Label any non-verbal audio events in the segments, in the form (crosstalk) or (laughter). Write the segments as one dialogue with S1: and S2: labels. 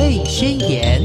S1: 类宣言》。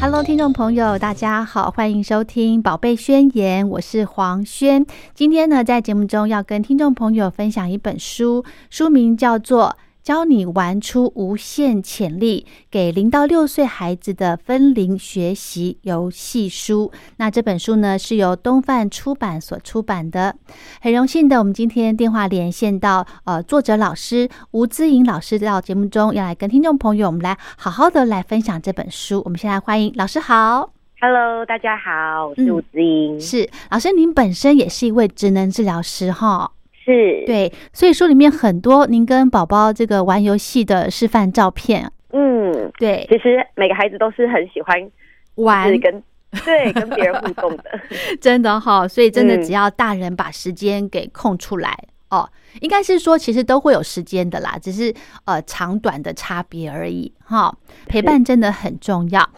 S2: Hello，听众朋友，大家好，欢迎收听《宝贝宣言》，我是黄轩。今天呢，在节目中要跟听众朋友分享一本书，书名叫做《教你玩出无限潜力：给零到六岁孩子的分龄学习游戏书》。那这本书呢，是由东贩出版所出版的。很荣幸的，我们今天电话连线到呃作者老师吴姿颖老师到节目中，要来跟听众朋友我们来好好的来分享这本书。我们先来欢迎老师好，
S3: Hello，大家好，我是吴子英、
S2: 嗯是老师您本身也是一位职能治疗师哈，
S3: 是，，
S2: 对，所以书里面很多您跟宝宝这个玩游戏的示范照片，啊
S3: 嗯，
S2: 对，
S3: 其实每个孩子都是很喜欢，
S2: 玩
S3: 是跟 (laughs) 对跟别人互动的，
S2: (laughs)
S3: (laughs)
S2: 真的哈、所以真的
S3: 嗯
S2: 只要大人把时间给空出来、哦，应该是说其实都会有时间的啦，只是呃长短的差别而已哈、陪伴真的很重要。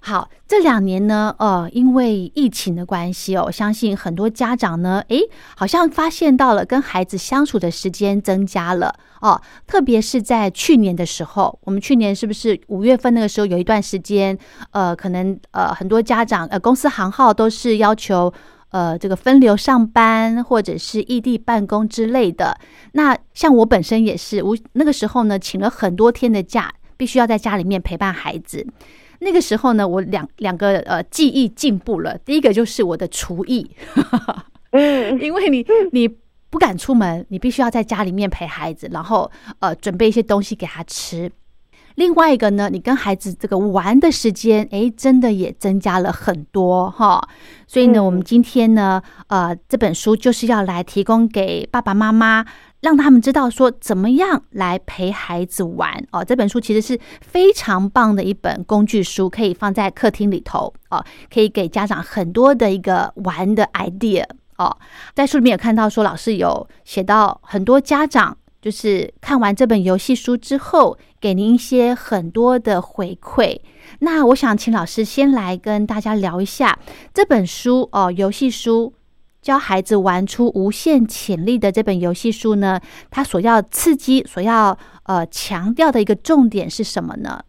S2: 好，这两年呢，呃，因为疫情的关系哦，我相信很多家长呢，诶，好像发现到了跟孩子相处的时间增加了哦，特别是在去年的时候，我们去年是不是五月份那个时候有一段时间，呃，可能呃很多家长呃公司行号都是要求。呃，这个分流上班或者是异地办公之类的，那像我本身也是，我那个时候呢，请了很多天的假，必须要在家里面陪伴孩子。那个时候呢，我两两个呃技艺进步了，第一个就是我的厨艺，(laughs)
S3: 嗯，
S2: 因为你你不敢出门，你必须要在家里面陪孩子，然后呃准备一些东西给他吃。另外一个呢，你跟孩子这个玩的时间，诶，真的也增加了很多哈。所以呢，
S3: 嗯
S2: 我们今天呢，呃，这本书就是要来提供给爸爸妈妈，让他们知道说怎么样来陪孩子玩哦。这本书其实是非常棒的一本工具书，可以放在客厅里头哦，可以给家长很多的一个玩的 idea 哦。在书里面有看到说，老师有写到很多家长就是看完这本游戏书之后，给您一些很多的回馈。那我想请老师先来跟大家聊一下这本书哦、游戏书教孩子玩出无限潜力的这本游戏书呢，它所要刺激、所要呃强调的一个重点是什么呢？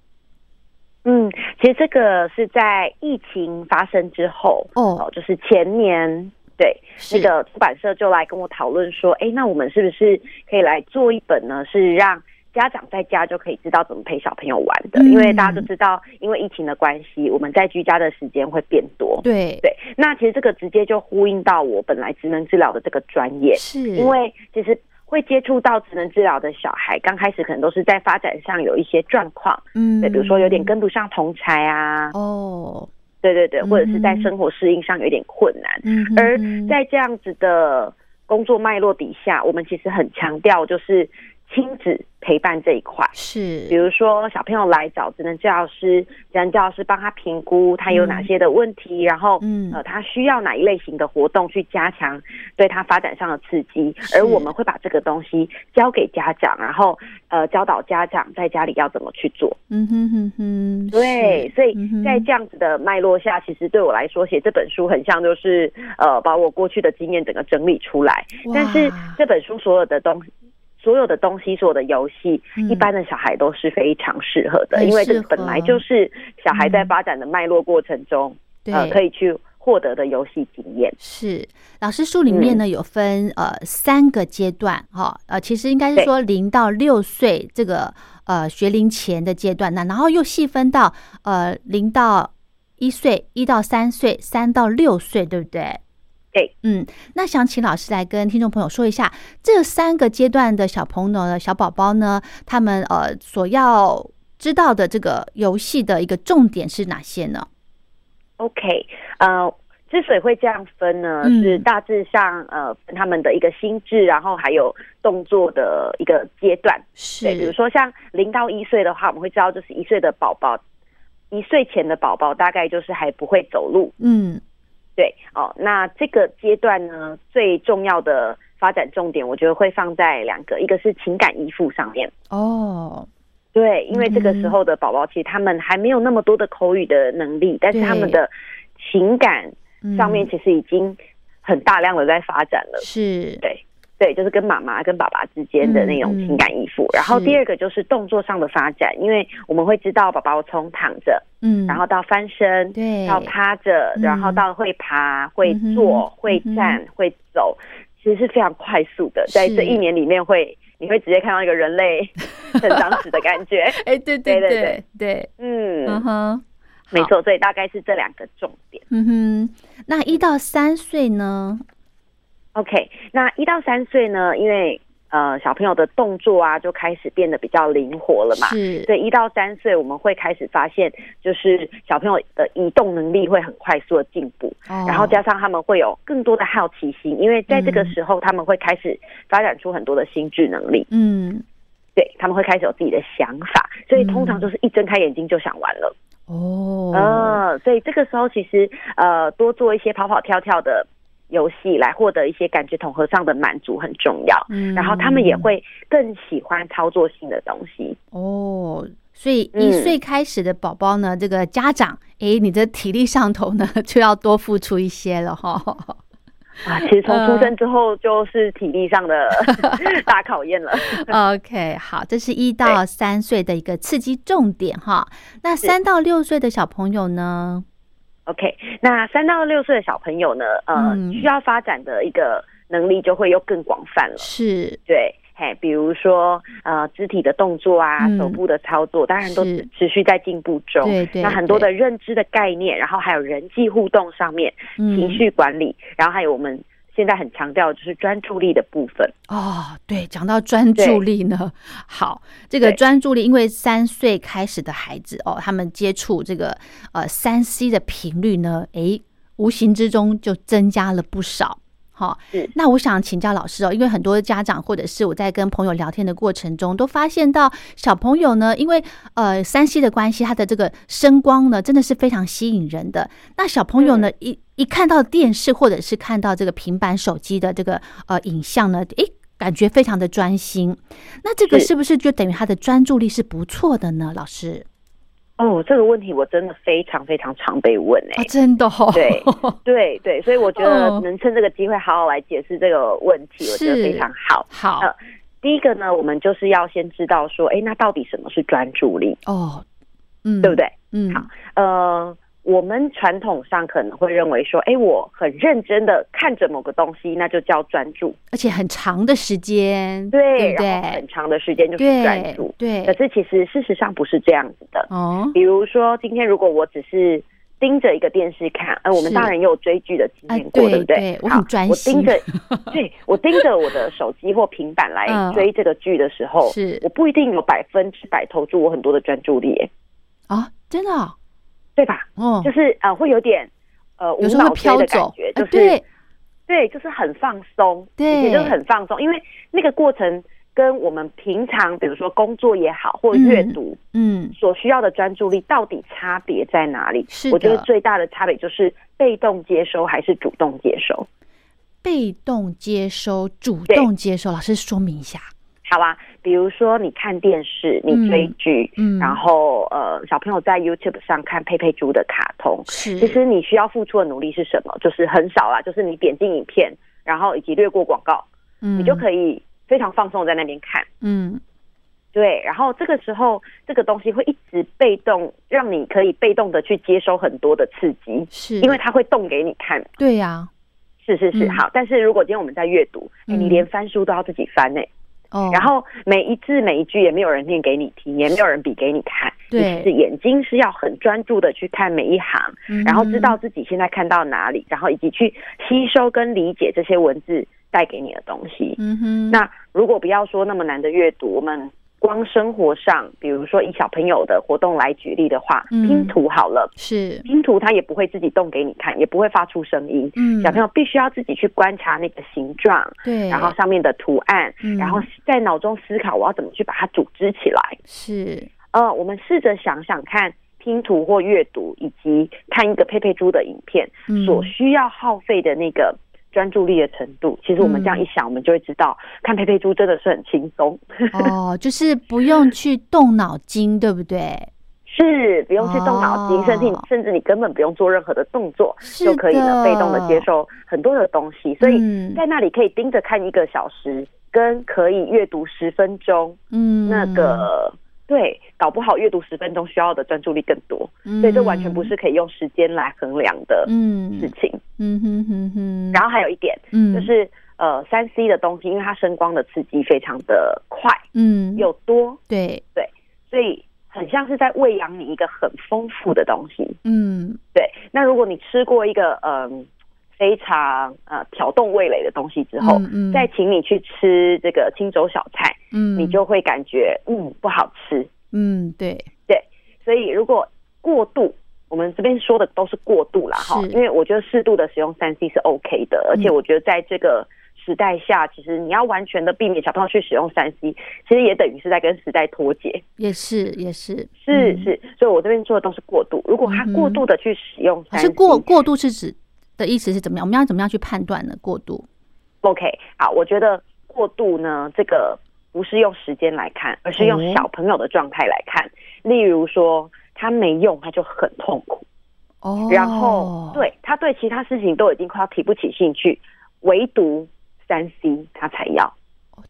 S3: 嗯，其实这个是在疫情发生之后，
S2: 哦，
S3: 哦，就是前年。对，
S2: 是
S3: 那个出版社就来跟我讨论说，哎，那我们是不是可以来做一本呢？是让家长在家就可以知道怎么陪小朋友玩的，
S2: 嗯
S3: 因为大家都知道，因为疫情的关系，我们在居家的时间会变多。
S2: 对，
S3: 对，那其实这个直接就呼应到我本来职能治疗的这个专业，
S2: 是
S3: 因为其实会接触到职能治疗的小孩，刚开始可能都是在发展上有一些状况，
S2: 嗯，
S3: 对，比如说有点跟不上同才啊，
S2: 哦，
S3: 对对对，
S2: 嗯
S3: 或者是在生活适应上有点困难，
S2: 嗯哼哼，
S3: 而在这样子的工作脉络底下，我们其实很强调就是亲子陪伴这一块。
S2: 是
S3: 比如说小朋友来找职能治疗师，职能治疗师帮他评估他有哪些的问题，然后
S2: 嗯
S3: 呃他需要哪一类型的活动去加强对他发展上的刺激，
S2: 是
S3: 而我们会把这个东西交给家长，然后呃教导家长在家里要怎么去做。
S2: 嗯哼哼哼，
S3: 对，
S2: 是
S3: 所以
S2: 嗯哼
S3: 在这样子的脉络下，其实对我来说写这本书很像就是呃把我过去的经验整个整理出来，但是
S2: 哇
S3: 这本书所有的东所有的东西，所有的游戏，
S2: 嗯
S3: 一般的小孩都是非常适合的，
S2: 很
S3: 因为
S2: 适
S3: 这
S2: 合
S3: 本来就是小孩在
S2: 嗯
S3: 发展的脉络过程中，
S2: 对
S3: 呃，可以去获得的游戏经验。
S2: 是，老师书里面
S3: 嗯
S2: 呢有分呃三个阶段哈、呃，其实应该是
S3: 对
S2: 说零到六岁这个呃学龄前的阶段，那然后又细分到呃零到一岁、一到三岁、三到六岁，对不对？
S3: 对，
S2: 嗯，那想请老师来跟听众朋友说一下，这三个阶段的小朋友呢、小宝宝呢，他们呃所要知道的这个游戏的一个重点是哪些呢？
S3: OK，呃，之所以会这样分呢，
S2: 嗯
S3: 是大致上呃分他们的一个心智，然后还有动作的一个阶段。对，比如
S2: 是，
S3: 说像零到一岁的话，我们会知道就是一岁的宝宝，一岁前的宝宝大概就是还不会走路，
S2: 嗯，
S3: 对哦。那这个阶段呢，最重要的发展重点，我觉得会放在两个，一个是情感依附上面。
S2: 哦，
S3: 对，因为这个
S2: 嗯
S3: 时候的宝宝，其实他们还没有那么多的口语的能力，但是他们的情感
S2: 嗯
S3: 上面其实已经很大量的在发展了。
S2: 是，
S3: 对，对，就是跟妈妈跟爸爸之间的那种情感依附。然后
S2: 是
S3: 第二个就是动作上的发展，因为我们会知道宝宝从躺着，
S2: 嗯，
S3: 然后到翻身，
S2: 对，
S3: 到趴着，
S2: 嗯
S3: 然后到会爬、会
S2: 嗯哼
S3: 坐、会
S2: 嗯哼
S3: 站、会走，其实是非常快速的，在
S2: 是
S3: 这一年里面会。你会直接看到一个人类 (laughs) 成长史的感觉，
S2: 哎，对对
S3: 对对
S2: 对对，嗯
S3: 嗯，
S2: 哼，
S3: 没
S2: 好，
S3: 错，所以大概是这两个重点。
S2: 嗯哼，那一到三岁呢？
S3: OK，那一到三岁呢，因为呃小朋友的动作啊就开始变得比较灵活了嘛，
S2: 是，
S3: 所以一到三岁我们会开始发现，就是小朋友的移动能力会很快速的进步，
S2: 然
S3: 然后加上他们会有更多的好奇心，因为在这个时候他们会开始发展出很多的心智能力，
S2: 嗯，
S3: 对他们会开始有自己的想法，所以通常就是一睁开眼睛就想玩了。
S2: 哦，
S3: 呃，所以这个时候其实呃，多做一些跑跑跳跳的游戏来获得一些感觉统合上的满足很重要。
S2: 嗯
S3: 然后他们也会更喜欢操作性的东西，
S2: 哦。所以一
S3: 嗯
S2: 岁开始的宝宝呢，这个家长，哎，你的体力上头呢就要多付出一些了哈。
S3: 啊，其实从出
S2: 嗯
S3: 生之后就是体力
S2: (laughs)
S3: 上的大考验了。
S2: OK，好，这是一到三岁的一个刺激重点哈。那
S3: 是
S2: 三到六岁的小朋友呢？
S3: OK，那三到六岁的小朋友呢，呃，
S2: 嗯
S3: 需要发展的一个能力就会又更广泛了。
S2: 是，
S3: 对，嘿，比如说呃，肢体的动作啊，
S2: 嗯
S3: 手部的操作，当然都
S2: 是
S3: 持续在进步中。
S2: 对对
S3: 那很多的认知的概念，然后还有人际互动上面，情
S2: 嗯，
S3: 绪管理，然后还有我们现在很强调的就是专注力的部分。
S2: 哦，对，讲到专注
S3: 对
S2: 力呢，好，这个
S3: 对
S2: 专注力，因为三岁开始的孩子哦，他们接触这个呃三 C 的频率呢，诶，无形之中就增加了不少。好、
S3: 是
S2: 那我想请教老师哦，因为很多家长或者是我在跟朋友聊天的过程中，都发现到小朋友呢，因为呃三 C 的关系，他的这个声光呢，真的是非常吸引人的。那小朋友呢，一一看到电视或者是看到这个平板手机的这个呃影像呢，诶，感觉非常的专心。那这个
S3: 是
S2: 是不是就等于他的专注力是不错的呢？老师
S3: 哦，这个问题我真的非常非常常被问
S2: 啊，
S3: 哎、
S2: 真的哦，
S3: 对对对，所以我觉得
S2: 哦
S3: 能趁这个机会好好来解释这个问题，我觉得
S2: 是
S3: 非常 (laughs) 好。
S2: 好
S3: 呃第一个呢，我们就是要先知道说，哎，那到底什么是专注力，
S2: 哦，嗯，
S3: 对不？对？
S2: 嗯，
S3: 好呃，我们传统上可能会认为说，哎，我很认真的看着某个东西，那就叫专注，
S2: 而且很长的时间，对
S3: 对，
S2: 不
S3: 然后
S2: 对
S3: 很？长的时间就是专注
S2: 对。
S3: 可
S2: 对，
S3: 是其实事实上不是这样子的。
S2: 哦，
S3: 比如说，今天如果我只是盯着一个电视看，呃，我们
S2: 是
S3: 大人也有追剧的经
S2: 啊
S3: 验过，
S2: 对
S3: 对不对？
S2: 对我
S3: 好
S2: 很专心
S3: 我盯
S2: (laughs)
S3: 着，对我盯着我的手机或平板来
S2: 嗯
S3: 追这个剧的时候，
S2: 是
S3: 我不一定有百分之百投注我很多的专注力，哎
S2: 啊，真的哦，
S3: 对吧？
S2: 哦
S3: 就是呃，会有点呃无
S2: 有时候
S3: 脑
S2: 会
S3: 追
S2: 飘
S3: 的感
S2: 走
S3: 觉，，
S2: 啊
S3: 就是、
S2: 对，
S3: 对，就是很放松，
S2: 对
S3: 以前就是很放松，因为那个过程跟我们平常比如说工作也好或阅
S2: 嗯
S3: 读
S2: 嗯，
S3: 所需要的专注力到底差别在哪里？
S2: 是的
S3: 我觉得最大的差别就是被动接收还是主动接收。
S2: 被动接收、主
S3: 对
S2: 动接收，老师说明一下，
S3: 好啊，比如说你看电视，你追剧，
S2: 嗯，
S3: 然后呃，小朋友在 YouTube 上看佩佩猪的卡通，
S2: 是，
S3: 其实你需要付出的努力是什么？就是很少啦，就是你点进影片，然后以及略过广告，
S2: 你
S3: 你就可以非常放松地在那边看。
S2: 嗯，
S3: 对，然后这个时候，这个东西会一直被动，让你可以被动的去接收很多的刺激，
S2: 是，
S3: 因为它会动给你看。
S2: 对呀，
S3: 是是是，
S2: 嗯
S3: 好。但是如果今天我们在阅读，哎、
S2: 嗯
S3: 你连翻书都要自己翻呢、
S2: 哦，
S3: 然后每一字每一句也没有人念给你听，也没有人比给你看，
S2: 对
S3: 你是眼睛是要很专注的去看每一行，
S2: 嗯
S3: 然后知道自己现在看到哪里，然后以及去吸收跟理解这些文字带给你的东西。
S2: 嗯哼，
S3: 那如果不要说那么难的阅读，我们光生活上，比如说以小朋友的活动来举例的话，
S2: 嗯
S3: 拼图好了，
S2: 是，
S3: 拼图它也不会自己动给你看，也不会发出声音。
S2: 嗯，
S3: 小朋友必须要自己去观察那个形状，
S2: 对，
S3: 然后上面的图案，
S2: 嗯
S3: 然后在脑中思考我要怎么去把它组织起来。
S2: 是，
S3: 呃，我们试着想想看，拼图或阅读以及看一个佩佩猪的影片
S2: 嗯
S3: 所需要耗费的那个专注力的程度。其实我们这样一想，我们就会知道，看佩佩猪真的是很轻松。
S2: 哦，就是不用去动脑筋，对不对？
S3: 是不用去动脑筋，
S2: 哦
S3: 甚至你甚至你根本不用做任何的动作，
S2: 是
S3: 就可以
S2: 的
S3: 了，被动的接受很多的东西。所以
S2: 嗯
S3: 在那里可以盯着看一个小时，跟可以阅读十分钟，
S2: 嗯
S3: 那个对，搞不好阅读十分钟需要的专注力更多，所以这完全不是可以用时间来衡量的
S2: 嗯
S3: 事情。
S2: 嗯哼哼哼，
S3: 然后还有一点
S2: 嗯
S3: 就是。呃，三 C 的东西，因为它声光的刺激非常的快
S2: 嗯
S3: 又多，
S2: 对
S3: 所以很像是在喂养你一个很丰富的东西。
S2: 嗯
S3: 对，那如果你吃过一个嗯、非常呃挑动味蕾的东西之后，
S2: 嗯嗯
S3: 再请你去吃这个青州小菜，
S2: 嗯
S3: 你就会感觉嗯不好吃。
S2: 嗯对
S3: 所以如果过度，我们这边说的都是过度啦哈，
S2: 是嗯
S3: 因为我觉得适度的使用三 C 是 OK 的，而且我觉得在这个。时代下，其实你要完全的避免小朋友去使用三 C，其实也等于是在跟时代脱节。
S2: 也是也是
S3: 是
S2: 嗯
S3: 是，所以我这边做的都是过度。如果他
S2: 嗯哼哦
S3: 过度的去使用三 C，
S2: 是过过度是指的意思是怎么样？我们要怎么样去判断呢？过度
S3: OK，好，我觉得过度呢，这个不是用时间来看，而是用
S2: 哦
S3: 小朋友的状态来看。例如说，他没用，他就很痛苦，
S2: 哦，
S3: 然后对他对其他事情都已经快要提不起兴趣，唯独三 C 他才要。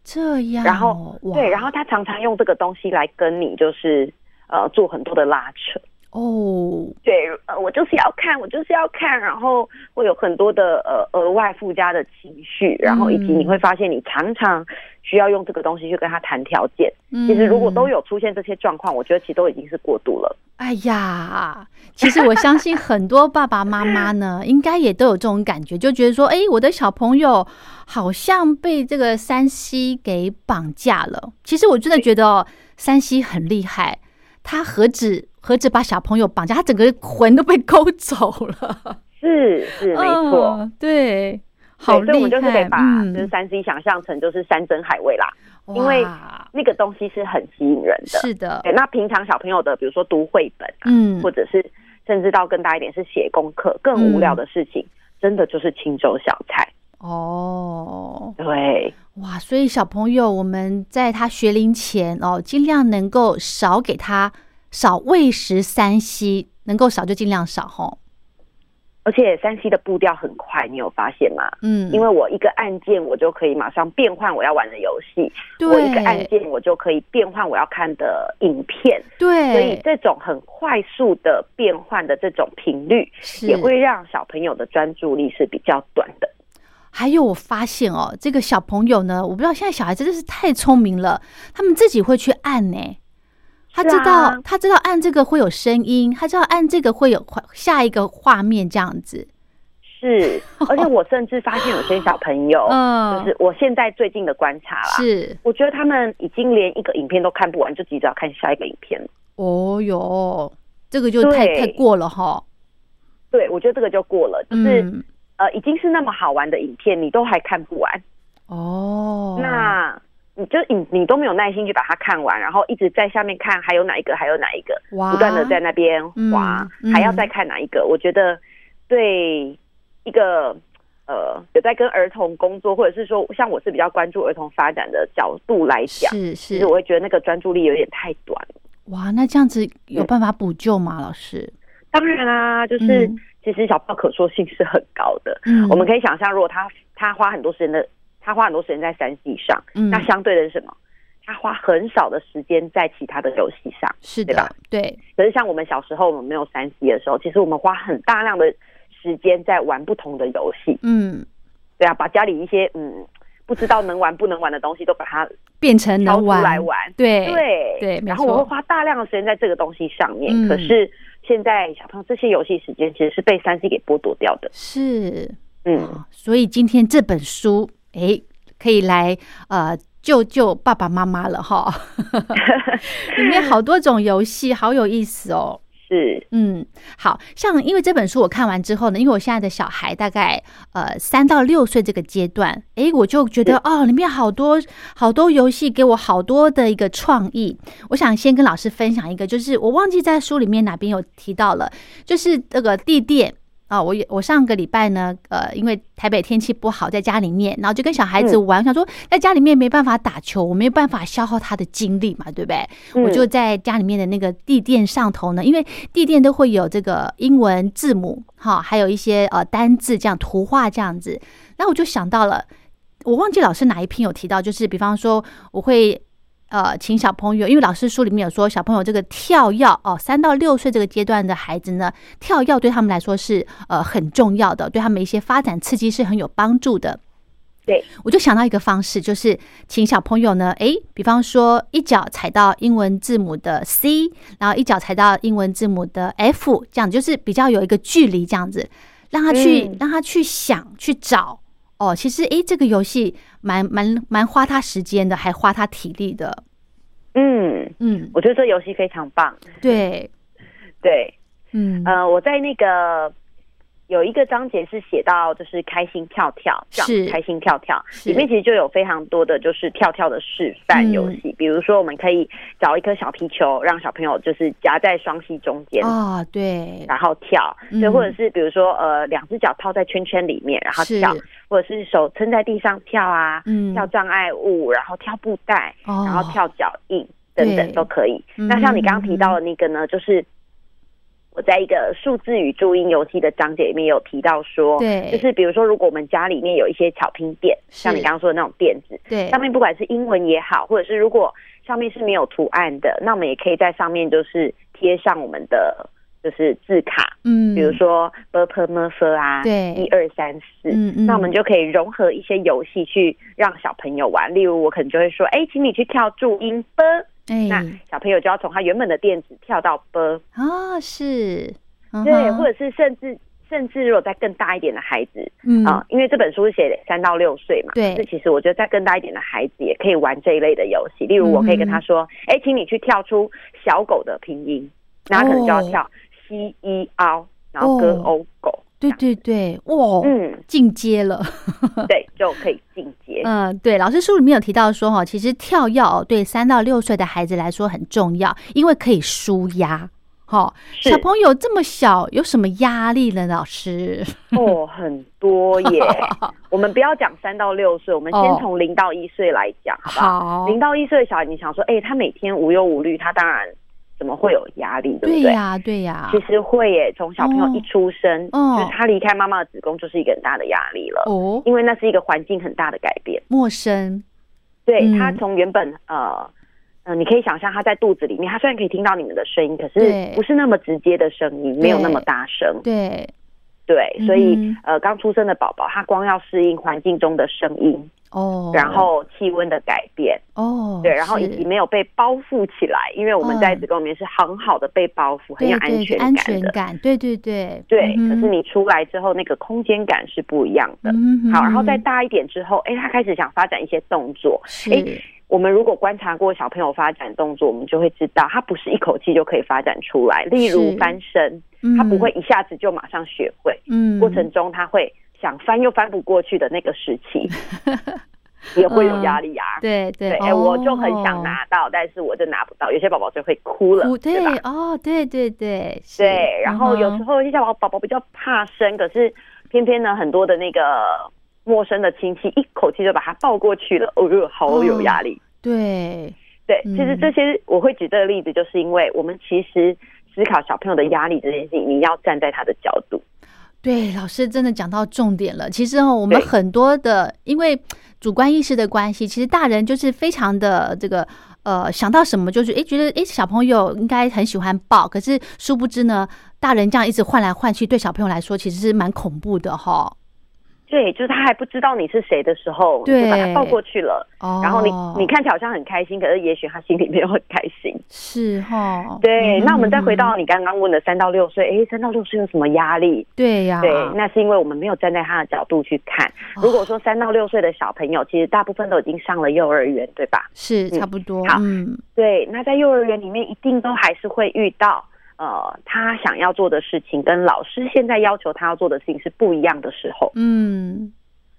S2: 这样哦，
S3: 然后
S2: 哇
S3: 对，然后他常常用这个东西来跟你就是呃做很多的拉扯。
S2: 哦，
S3: 对，呃，我就是要看，我就是要看，然后会有很多的呃额外附加的情绪，然后以及
S2: 嗯
S3: 你会发现你常常需要用这个东西去跟他谈条件。
S2: 其
S3: 其实如果都有出现这些状况，我觉得其实都已经是过度了。
S2: 哎呀，其实我相信很多爸爸妈妈呢，应该也都有这种感觉，就觉得说，哎，我的小朋友好像被这个山西给绑架了。其实我真的觉得哦，山西很厉害，他何止何止把小朋友绑架，他整个魂都被 (laughs) 勾走了。
S3: 是是，没错。
S2: 嗯对，
S3: 对
S2: 好
S3: 所以我
S2: 厉
S3: 们就是可以
S2: 害，嗯
S3: 把就是三 C 想象成就是山珍海味啦，因为
S2: 哇
S3: 那个东西是很吸引人的。
S2: 是的，
S3: 对，那平常小朋友的，比如说读绘本啊，
S2: 嗯
S3: 或者是甚至到更大一点是写功课，更无聊的事情，真的就是青州小菜。
S2: 哦。
S3: 对，
S2: 哇，所以小朋友，我们在他学龄前哦，尽量能够少给他少喂食三息，能够少就尽量少吼。
S3: 而且三 C 的步调很快，你有发现吗？
S2: 嗯，
S3: 因为我一个按键，我就可以马上变换我要玩的游戏；我一个按
S2: 对
S3: 键，我就可以变换我要看的影片。所以
S2: 对，
S3: 这种很快速的变换的这种频率，
S2: 是
S3: 也会让小朋友的专注力是比较短的。
S2: 还有我发现哦，这个小朋友呢，我不知道现在小孩真的是太聪明了，他们自己会去按呢、他知
S3: 是啊
S2: 道、他知道按这个会有声音，他知道按这个会有下一个画面这样子。 (laughs)
S3: 是，而且我甚至发现有些小朋友，
S2: 嗯，
S3: 哦就是我现在最近的观察啦，
S2: 是
S3: 我觉得他们已经连一个影片都看不完，就急着要看下一个影片了。
S2: 哦哟，这个就太
S3: 对
S2: 太过了哈。
S3: 对，我觉得这个就过了，就是、
S2: 嗯，
S3: 呃，已经是那么好玩的影片，你都还看不完，
S2: 哦，
S3: 那你就你你都没有耐心去把它看完，然后一直在下面看还有哪一个，还有哪一个，
S2: 哇
S3: 不断的在那边滑，
S2: 嗯嗯
S3: 还要再看哪一个？我觉得对一个呃有在跟儿童工作，或者是说像我是比较关注儿童发展的角度来讲，
S2: 是
S3: 其
S2: 是
S3: 实我会觉得那个专注力有点太短。
S2: 哇，那这样子有办法补救吗？老师，
S3: 当然啦、就是、
S2: 嗯
S3: 其实小朋友可塑性是很高的，
S2: 嗯
S3: 我们可以想象，如果他他花很多时间的，他花很多时间在三 C 上，
S2: 嗯
S3: 那相对的是什么？他花很少的时间在其他的游戏上。
S2: 是
S3: 对吧
S2: 的，对，
S3: 可是像我们小时候，我们没有三 C 的时候，其实我们花很大量的时间在玩不同的游戏，
S2: 嗯，
S3: 对啊，把家里一些嗯不知道能玩不能玩的东西都把它
S2: 变成
S3: 挑
S2: 能
S3: 出
S2: 玩，
S3: 来玩。
S2: 对
S3: 对
S2: 对没
S3: 然后我会
S2: 错
S3: 花大量的时间在这个东西上面。
S2: 嗯
S3: 可是现在小朋友这些游戏时间其实是被三 C 给剥夺掉的。
S2: 是，哦
S3: 嗯，
S2: 所以今天这本书，哎，可以来呃救救爸爸妈妈了哈， (laughs) 里面好多种游戏，好有意思哦。
S3: 是
S2: 嗯，好像因为这本书我看完之后呢，因为我现在的小孩大概呃三到六岁这个阶段，诶，我就觉得哦，里面好多好多游戏给我好多的一个创意。我想先跟老师分享一个，就是我忘记在书里面哪边有提到了，就是这个地垫。啊，我也我上个礼拜呢，呃，因为台北天气不好，在家里面，然后就跟小孩子玩，我想说在家里面没办法打球，我没有办法消耗他的精力嘛，对不对？
S3: 嗯
S2: 我就在家里面的那个地垫上头呢，因为地垫都会有这个英文字母哈，还有一些呃单字这样图画这样子，然后我就想到了，我忘记老师哪一篇有提到，就是比方说我会。呃，请小朋友，因为老师书里面有说，小朋友这个跳跃哦，三到六岁这个阶段的孩子呢，跳跃对他们来说是呃很重要的，对他们一些发展刺激是很有帮助的。
S3: 对，
S2: 我就想到一个方式，就是请小朋友呢，诶，比方说一脚踩到英文字母的 C，然后一脚踩到英文字母的 F，这样就是比较有一个距离，这样子让他去、
S3: 嗯
S2: 让他去想去找。哦，其实诶，这个游戏蛮蛮蛮花他时间的，还花他体力的。
S3: 嗯，
S2: 嗯，
S3: 我觉得这游戏非常棒。
S2: 对，
S3: 对，
S2: 嗯，
S3: 呃，我在那个有一个章节是写到就是开心跳跳，这样
S2: 是
S3: 开心跳跳
S2: 是
S3: 里面其实就有非常多的就是跳跳的示范游
S2: 嗯
S3: 戏，比如说我们可以找一颗小皮球，让小朋友就是夹在双膝中间。
S2: 啊、对，
S3: 然后跳，
S2: 嗯
S3: 对，或者是比如说，呃，两只脚套在圈圈里面，然后
S2: 是
S3: 跳，或者是手撑在地上跳啊，
S2: 嗯
S3: 跳障碍物，然后跳布袋，
S2: 哦，
S3: 然后跳脚印等
S2: 对
S3: 等都可以。
S2: 嗯
S3: 那像你刚刚提到的那个呢，就是我在一个数字与注音游戏的章节里面有提到说，
S2: 对
S3: 就是比如说，如果我们家里面有一些巧拼垫，
S2: 是
S3: 像你刚刚说的那种垫子，
S2: 对
S3: 上面不管是英文也好，或者是如果上面是没有图案的，那我们也可以在上面就是贴上我们的就是字卡，
S2: 嗯，
S3: 比如说 b p m f 啊，
S2: 对
S3: 一二三四，
S2: 嗯嗯
S3: 那我们就可以融合一些游戏去让小朋友玩。例如，我可能就会说，哎，请你去跳注音 b，
S2: 哎
S3: 那小朋友就要从他原本的垫子跳到 b，
S2: 啊是，嗯
S3: 对，或
S2: 者
S3: 者是甚至甚至如果再更大一点的孩子
S2: 嗯
S3: 啊、因为这本书是写三到六岁嘛，
S2: 对
S3: 这其实我觉得再更大一点的孩子也可以玩这一类的游戏，例如我可以跟他
S2: 嗯
S3: 说，哎、请你去跳出小狗的拼音，那他可能就要
S2: 哦
S3: 跳 c e o，然后 g o 狗，
S2: 对对对，哇，哦 (laughs)
S3: 嗯，
S2: 进阶了。
S3: 对，就可以进阶，
S2: 嗯，对，老师书里面有提到说哈，其实跳跃哦，对三到六岁的孩子来说很重要，因为可以舒压。哈、
S3: 是
S2: 小朋友这么小，有什么压力呢？老师， (laughs)
S3: 哦，很多耶。我们不要讲三到六岁，我们先
S2: 哦
S3: 从零到一岁来讲，好不好？
S2: 好，
S3: 零到一岁的小孩，你想说，哎、他每天无忧无虑，他当然怎么会有压力，对
S2: 对
S3: 不对？
S2: 呀，对呀
S3: 其，实会耶，从小朋友一出生，
S2: 哦
S3: 就是他离开妈妈的子宫，就是一个很大的压力了，
S2: 哦，
S3: 因为那是一个环境很大的改变。
S2: 陌生，
S3: 对、
S2: 嗯
S3: 他从原本呃。嗯、你可以想象他在肚子里面，他虽然可以听到你们的声音，可
S2: 对
S3: 是不是那么直接的声音，没有那么大声。
S2: 对，
S3: 对，所以、
S2: 嗯
S3: 呃，刚出生的宝宝，他光要适应环境中的声音，
S2: 哦，
S3: 然后气温的改变，
S2: 哦，
S3: 对，然后以及
S2: 是
S3: 没有被包覆起来，因为我们在
S2: 嗯
S3: 子宫里面是很好的被包覆，很
S2: 对
S3: 有
S2: 对对
S3: 全
S2: 安
S3: 感
S2: 全
S3: 的。
S2: 感，对对对，
S3: 对，
S2: 嗯
S3: 可
S2: 哼
S3: 是你出来之后，那个空间感是不一样的。
S2: 嗯哼
S3: 好，然后再
S2: 嗯
S3: 大一点之后，哎，他开始想发展一些动作。
S2: 是，
S3: 我们如果观察过小朋友发展动作，我们就会知道，他不是一口气就可以发展出来。例如
S2: 是嗯
S3: 翻身，他不会一下子就马上学会，
S2: 嗯，嗯，
S3: 过程中他会想翻又翻不过去的那个时
S2: (laughs)
S3: 期，也会有压力啊。
S2: 对嗯对，
S3: 对，哎、我就很想
S2: 哦
S3: 拿到，但是我就拿不到。有些宝宝就会哭了，
S2: 不
S3: 对吧
S2: 对？哦，对对对，是
S3: 对，然后有时
S2: 嗯
S3: 候一些宝宝宝宝比较怕生，可是偏偏呢，很多的那个陌生的亲戚一口气就把他抱过去了，哦呦，好有压力。
S2: 对，
S3: 对，
S2: 哦嗯
S3: 其实这些我会举这个例子，就是因为我们其实思考小朋友的压力这件事情，你要站在他的角度。
S2: 对，老师真的讲到重点了。其实哦，我们
S3: 对
S2: 很多的因为主观意识的关系，其实大人就是非常的这个呃，想到什么就是诶，觉得诶小朋友应该很喜欢抱，可是殊不知呢，大人这样一直换来换去，对小朋友来说其实是蛮恐怖的哈、
S3: 对，就是他还不知道你是谁的时候，你就把他抱过去了。
S2: 哦，
S3: 然后你你看起来好像很开心，可是也许他心里没有很开心。
S2: (laughs) 是哈，
S3: 对，
S2: 嗯
S3: 那我们再回到你刚刚问的三到六岁，诶，三到六岁有什么压力？
S2: 对呀，
S3: 对，那是因为我们没有站在他的角度去看。
S2: 哦
S3: 如果说三到六岁的小朋友，其实大部分都已经上了幼儿园，对吧？
S2: 是
S3: 嗯
S2: 差不多，
S3: 好
S2: 嗯，
S3: 对，那在幼儿园里面，一定都还是会遇到，呃，他想要做的事情跟老师现在要求他要做的事情是不一样的时候。
S2: 嗯，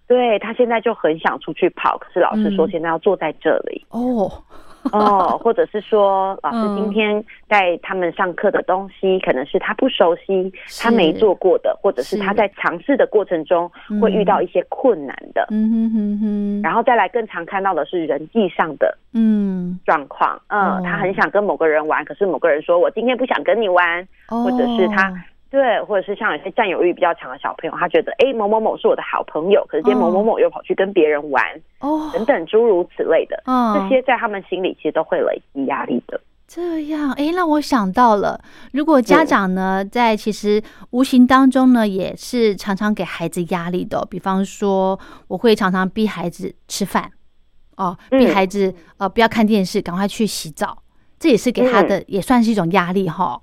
S3: 对他现在就很想出去跑，可是老师说
S2: 嗯
S3: 现在要坐在这里。
S2: 哦， (laughs)
S3: 哦，或者是说老师今天带他们上课的东西，可能是他不熟悉、他没做过的，或者是他在尝试的过程中会遇到一些困难的。
S2: 嗯哼哼哼，
S3: 然后再来更常看到的是人际上的
S2: 嗯
S3: 状况，
S2: 哦
S3: 嗯，他很想跟某个人玩，可是某个人说我今天不想跟你玩，
S2: 哦，
S3: 或者是他对，或者是像有些占有欲比较强的小朋友，他觉得诶某某某是我的好朋友，可是今天某某某又跑去跟别人玩，
S2: 哦，
S3: 等等诸如此类的，
S2: 嗯
S3: 这些在他们心里其实都会有累积压力的。
S2: 这样，诶，让我想到了，如果家长呢，在其实无形当中呢，也是常常给孩子压力的哦、比方说，我会常常逼孩子吃饭，哦，逼
S3: 嗯
S2: 孩子呃不要看电视，赶快去洗澡，这也是给他
S3: 嗯
S2: 的，也算是一种压力哈。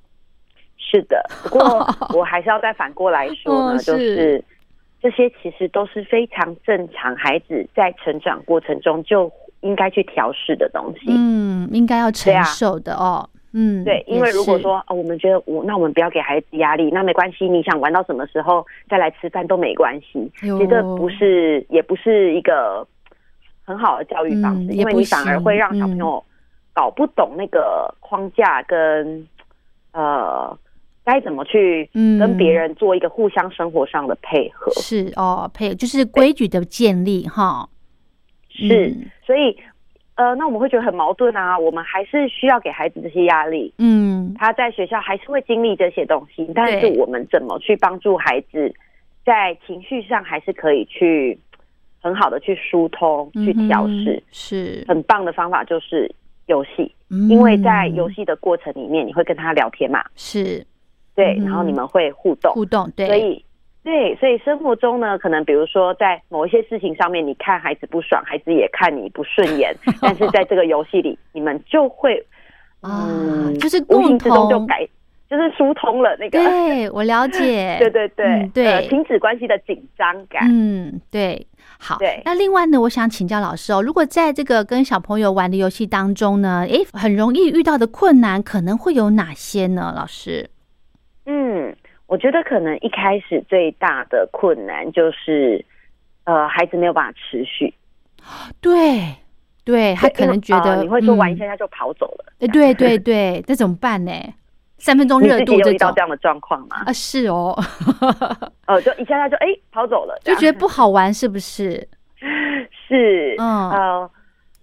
S3: 是
S2: (laughs)
S3: 的，不过我还是要再反过来说
S2: 嗯
S3: 呢，
S2: 是
S3: 就是这些其实都是非常正常，孩子在成长过程中就应该去调试的东西。
S2: 嗯，应该要承
S3: 对啊
S2: 受的哦。嗯，
S3: 对，因为
S2: 也
S3: 如果
S2: 是
S3: 说、哦、我们觉得我，那我们不要给孩子压力，那没关系，你想玩到什么时候再来吃饭都没关系。
S2: 哎
S3: 其
S2: 呦
S3: 实这不是，
S2: 哦
S3: 也不是一个很好的教育方
S2: 嗯
S3: 式，
S2: 也
S3: 因为
S2: 不
S3: 你反而
S2: 行
S3: 会让小
S2: 嗯
S3: 朋友搞不懂那个框架跟呃该怎么去
S2: 嗯
S3: 跟别人做一个互相生活上的配合。
S2: 是哦，配就是规矩的建立哈。
S3: 是
S2: 嗯，
S3: 所以呃，那我们会觉得很矛盾啊，我们还是需要给孩子这些压力，
S2: 嗯，
S3: 他在学校还是会经历这些东西，但是
S2: 对
S3: 我们怎么去帮助孩子，在情绪上还是可以去很好的去疏通、去调试
S2: 嗯。哼是，
S3: 很棒的方法就是游戏，因为在游
S2: 嗯
S3: 戏的过程里面，你会跟他聊天嘛，
S2: 是
S3: 对
S2: 嗯，哼
S3: 然后你们会互动，
S2: 互动，对，
S3: 所以。对，所以生活中呢，可能比如说在某一些事情上面，你看孩子不爽，孩子也看你不顺
S2: (laughs)
S3: 眼，但是在这个游戏里，你们就会
S2: 啊
S3: 嗯
S2: 就是
S3: 无形
S2: 共
S3: 之中就
S2: 同
S3: 改，就是疏通了那个，
S2: 对我了解，
S3: (laughs) 对对对、
S2: 嗯对
S3: 呃亲子关系的紧张感。
S2: 嗯，对，好
S3: 对。
S2: 那另外呢，我想请教老师哦，如果在这个跟小朋友玩的游戏当中呢，诶，很容易遇到的困难可能会有哪些呢？老师，
S3: 嗯，我觉得可能一开始最大的困难就是，呃，孩子没有办法持续，
S2: 对，对他可
S3: 因为
S2: 能觉
S3: 呃
S2: 得
S3: 你会说玩一
S2: 嗯
S3: 下他就跑走了，
S2: 诶对对对，那怎么办呢？三分钟
S3: 你
S2: 热
S3: 自己
S2: 度
S3: 有
S2: 这
S3: 遇到
S2: 种
S3: 这样的状况吗？
S2: 啊，是哦，
S3: 呃，就一下他就哎、跑走了，这
S2: 就
S3: 样
S2: 觉得不好玩，是不是？
S3: 是，
S2: 嗯
S3: 呃，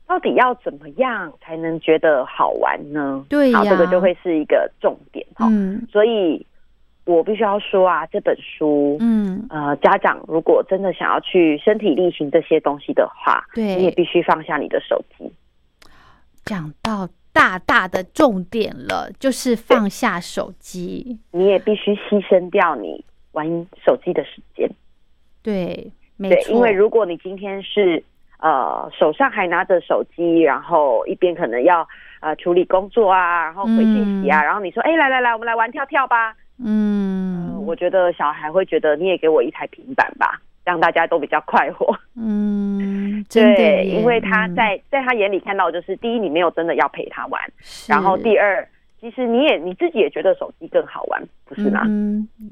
S3: 到底要怎么样才能觉得好玩呢？
S2: 对呀
S3: 好，这个就会是一个重点哈、
S2: 嗯
S3: 所以我必须要说啊，这本书，
S2: 嗯，
S3: 呃，家长如果真的想要去身体力行这些东西的话，
S2: 对
S3: 你也必须放下你的手机。
S2: 讲到大大的重点了，就是放下手机。
S3: 你也必须牺牲掉你玩手机的时间，
S2: 对，没
S3: 对，
S2: 错，
S3: 因为如果你今天是呃手上还拿着手机，然后一边可能要呃处理工作啊，然后回信息啊，然后你说哎、来来来，我们来玩跳跳吧，
S2: 嗯、
S3: 呃，我觉得小孩会觉得你也给我一台平板吧，让大家都比较快活。
S2: 嗯，真的
S3: 对，
S2: 耶
S3: 因为他
S2: 嗯
S3: 在在他眼里看到的就是第一，你没有真的要陪他玩，
S2: 是
S3: 然后第二，其实你也你自己也觉得手机更好玩，不是吗？
S2: 嗯嗯，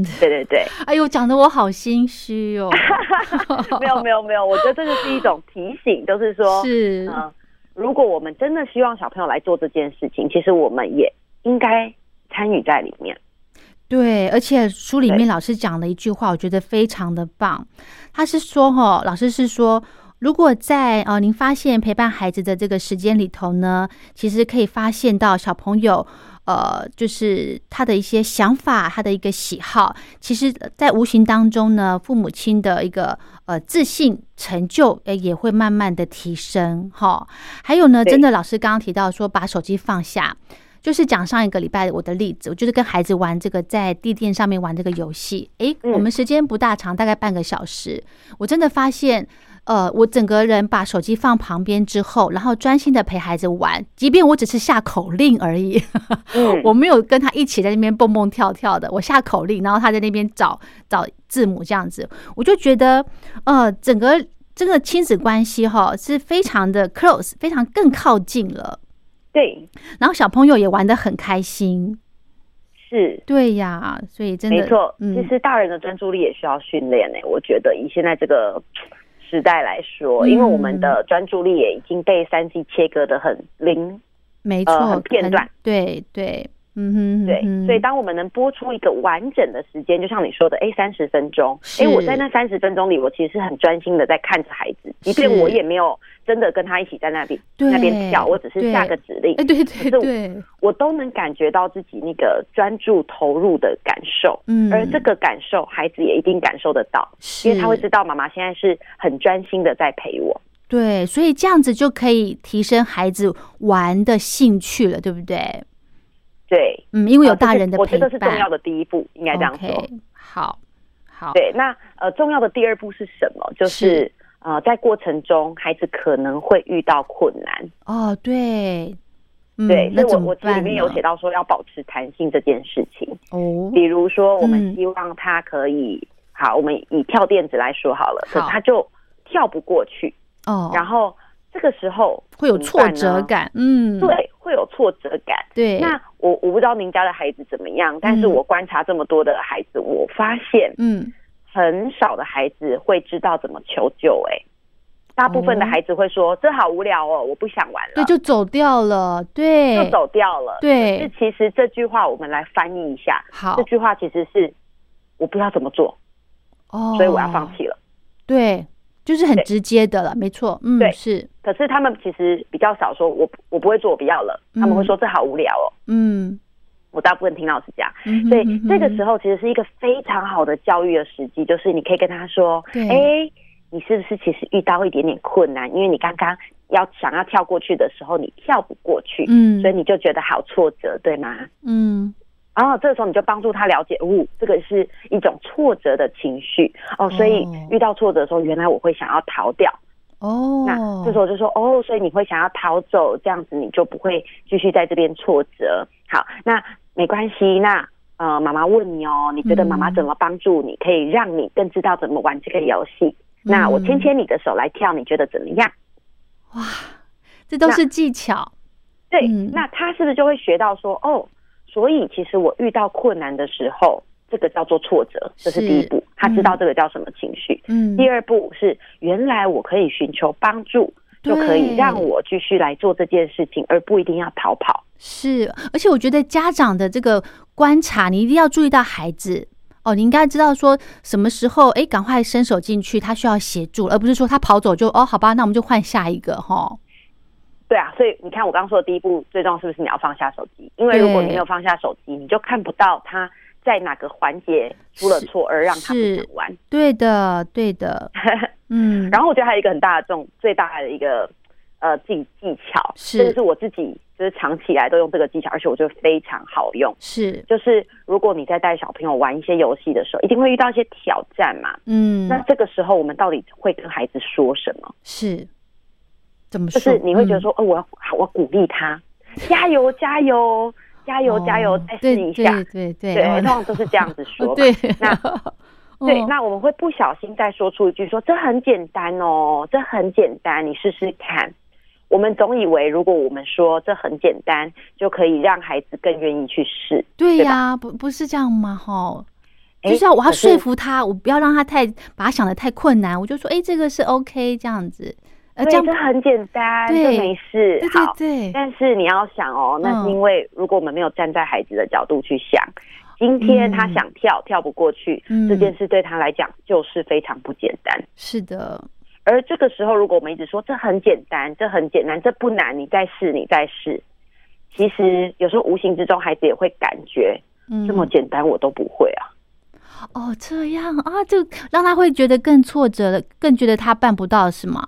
S2: 嗯 (laughs)
S3: 对对对，
S2: 哎呦，讲的我好心虚哦，
S3: (laughs) 没有没有没有，我觉得这就是一种提醒，就是
S2: (laughs)
S3: 说，
S2: 是、
S3: 嗯、如果我们真的希望小朋友来做这件事情，其实我们也应该参与在里面。
S2: 哦对，而且书里面
S3: 对
S2: 老师讲了一句话，我觉得非常的棒。他是说，哈，老师是说，如果在呃您发现陪伴孩子的这个时间里头呢，其实可以发现到小朋友，呃，就是他的一些想法，他的一个喜好，其实，呃在无形当中呢，父母亲的一个呃自信成就，呃，也会慢慢的提升，哈。还有呢，
S3: 对
S2: 真的老师刚刚提到说，把手机放下，就是讲上一个礼拜我的例子，我就是跟孩子玩这个在地垫上面玩这个游戏。诶，
S3: 嗯
S2: 我们时间不大长，大概半个小时。我真的发现，呃，我整个人把手机放旁边之后，然后专心的陪孩子玩，即便我只是下口令而已，
S3: 嗯，
S2: (laughs) 我没有跟他一起在那边蹦蹦跳跳的，我下口令，然后他在那边找找字母这样子，我就觉得，呃，整个这个亲子关系哈是非常的 close，非常更靠近了。
S3: 对，
S2: 然后小朋友也玩得很开心，
S3: 是。
S2: 对呀，所以真的
S3: 没错，
S2: 嗯
S3: 欸其实大人的专注力也需要训练呢、我觉得以现在这个时代来说，
S2: 嗯
S3: 因为我们的专注力也已经被三 C 切割的很零，
S2: 没错，
S3: 呃很片段
S2: 很对对，嗯哼，
S3: 对，
S2: 嗯哼
S3: 所以当我们能播出一个完整的时间，就像你说的，哎，三十分钟，
S2: 是
S3: 哎，我在那三十分钟里，我其实是很专心的在看着孩子，即便
S2: 是
S3: 我也没有真的跟他一起在那边
S2: 对
S3: 那边跳，我只是
S2: 对
S3: 下个指令
S2: 哎，，对对
S3: 可是我
S2: 对，
S3: 我都能感觉到自己那个专注投入的感受，
S2: 嗯，
S3: 而这个感受，孩子也一定感受得到，因为他会
S2: 是
S3: 知道妈妈现在是很专心的在陪我。
S2: 对，所以这样子就可以提升孩子玩的兴趣了，对不对？
S3: 对，
S2: 嗯，因为有
S3: 呃这
S2: 大
S3: 是
S2: 人的
S3: 我
S2: 陪
S3: 觉得是重
S2: 伴
S3: 要，的第一步，应该这样说。
S2: OK，好，好，
S3: 对，那呃，重要的第二步是什么？就是
S2: 是
S3: 呃，在过程中，孩子可能会遇到困难，
S2: 哦，对，嗯
S3: 对，
S2: 那
S3: 所
S2: 怎
S3: 以我
S2: 么
S3: 我这里
S2: 办
S3: 面有
S2: 呢
S3: 写到说要保持弹性这件事情，
S2: 哦，
S3: 比如说我
S2: 嗯
S3: 们希望他可以，好，我们以跳垫子来说好了，可
S2: 好
S3: 他就跳不过去，
S2: 哦，
S3: 然后这个时候
S2: 会有
S3: 怎么
S2: 挫
S3: 办呢
S2: 折，感，嗯，
S3: 对，会有挫折感。
S2: 对，
S3: 那我我不知道您家的孩子怎么样，但是
S2: 嗯
S3: 我观察这么多的孩子，我发现
S2: 嗯，
S3: 很少的孩子会知道怎么求救、欸，大部分的孩子会说、这好无聊哦，我不想玩了，
S2: 哦对，就走掉了，对，
S3: 就，走掉了。
S2: 对
S3: 这其实这句话我们来翻译一下，
S2: 好
S3: 这，句话其实是我不知道怎么做，
S2: 哦，
S3: 所以我要放，弃了。
S2: 对，就是很
S3: 对
S2: 直接的了，没错，嗯，
S3: 对
S2: 是，
S3: 可是他们其实比较少说我不我不会做，我不要了，他们会说这好无聊哦。
S2: 嗯，
S3: 我大部分听到是这样，
S2: 嗯
S3: 所以
S2: 哼
S3: 这个时
S2: 哼
S3: 候其实是一个非常好的教育的时机，就是你可以跟他说，
S2: 对
S3: 哎、你是不是其实遇到一点点困难？因为你刚刚要想要跳过去的时候，你跳不过去，
S2: 嗯
S3: 所以你就觉得好挫折，对吗？
S2: 嗯，
S3: 然后这个时候你就帮助他了解，哦，这个是一种挫折的情绪哦，所以
S2: 哦
S3: 遇到挫折的时候，原来我会想要逃掉。
S2: 哦，
S3: 那这时候就说哦，所以你会想要逃走，这样子你就不会继续在这边挫折。好，那没关系，那呃，妈妈问你哦，你觉得妈
S2: 嗯
S3: 妈怎么帮助你，可以让你更知道怎么玩这个游戏？那我
S2: 嗯
S3: 牵牵你的手来跳，你觉得怎么样？
S2: 哇，这都
S3: 那
S2: 是技巧，
S3: 对，
S2: 嗯
S3: 那他是不是就会学到说哦，所以其实我遇到困难的时候，这个叫做挫折，这是
S2: 是
S3: 第一步，他知道这个叫什么情绪。
S2: 嗯，
S3: 第二步是，原来我可以寻求帮助，就可以
S2: 对
S3: 让我继续来做这件事情，而不一定要逃跑。
S2: 是，而且我觉得家长的这个观察，你一定要注意到孩子哦，你应该知道说什么时候，哎，赶快伸手进去，他需要协助，而不是说他跑走就哦，好吧，那我们就换下一个哈、
S3: 对啊，所以你看，我刚刚说的第一步，最重要是不是你要放下手机？因为如果你
S2: 对
S3: 没有放下手机，你就看不到他在哪个环节出了
S2: 是
S3: 错，而让他不
S2: 是
S3: 想玩。
S2: 对的，对的，嗯，
S3: (laughs) 然后我觉得还有一个很大的重，最大的一个呃自己技巧，
S2: 是
S3: 这个是我自己就是长期以来都用这个技巧，而且我觉得非常好用。
S2: 是，
S3: 就是如果你在带小朋友玩一些游戏的时候，一定会遇到一些挑战嘛。
S2: 嗯，
S3: 那这个时候，我们到底会跟孩子说什么？
S2: 是，怎么
S3: 就
S2: 说？
S3: 是你会觉得
S2: 嗯
S3: 说，哦，我要我鼓励他，加油，加油，加油，加油
S2: 哦，
S3: 再
S2: 对
S3: 试一下。
S2: 对对对
S3: 对，通
S2: 哦
S3: 常都是这样子
S2: (laughs) 哦
S3: 说嘛。
S2: 对，
S3: (laughs) 那对，
S2: 哦
S3: 那我们会不小心再说出一句说，这很简单哦，这很简单，你试试看。我们总以为，如果我们说这很简单，就可以让孩子更愿意去试。
S2: 对
S3: 对吧
S2: 呀，不不是这样吗？哈。
S3: 诶
S2: 就是要我要
S3: 可是
S2: 说服他，我不要让他太把他想的太困难，我就说，哎、这个是 OK 这样子，呃，这样
S3: 对，这很简单，这
S2: 对
S3: 没事
S2: 对。
S3: 好，
S2: 对对，
S3: (laughs) 但是你要想哦，
S2: 嗯
S3: 那是因为如果我们没有站在孩子的角度去想，今天他想跳跳不过去，
S2: 嗯
S3: 这件事对他来讲就是非常不简单。
S2: 是的，
S3: 而这个时候，如果我们一直说这很简单，这很简单，这不难，你再试，你再试，其实有时候无形之中孩子也会感觉
S2: 嗯，
S3: 这么简单我都不会啊。
S2: 哦，这样啊，就让他会觉得更挫折了，更觉得他办不到，是吗？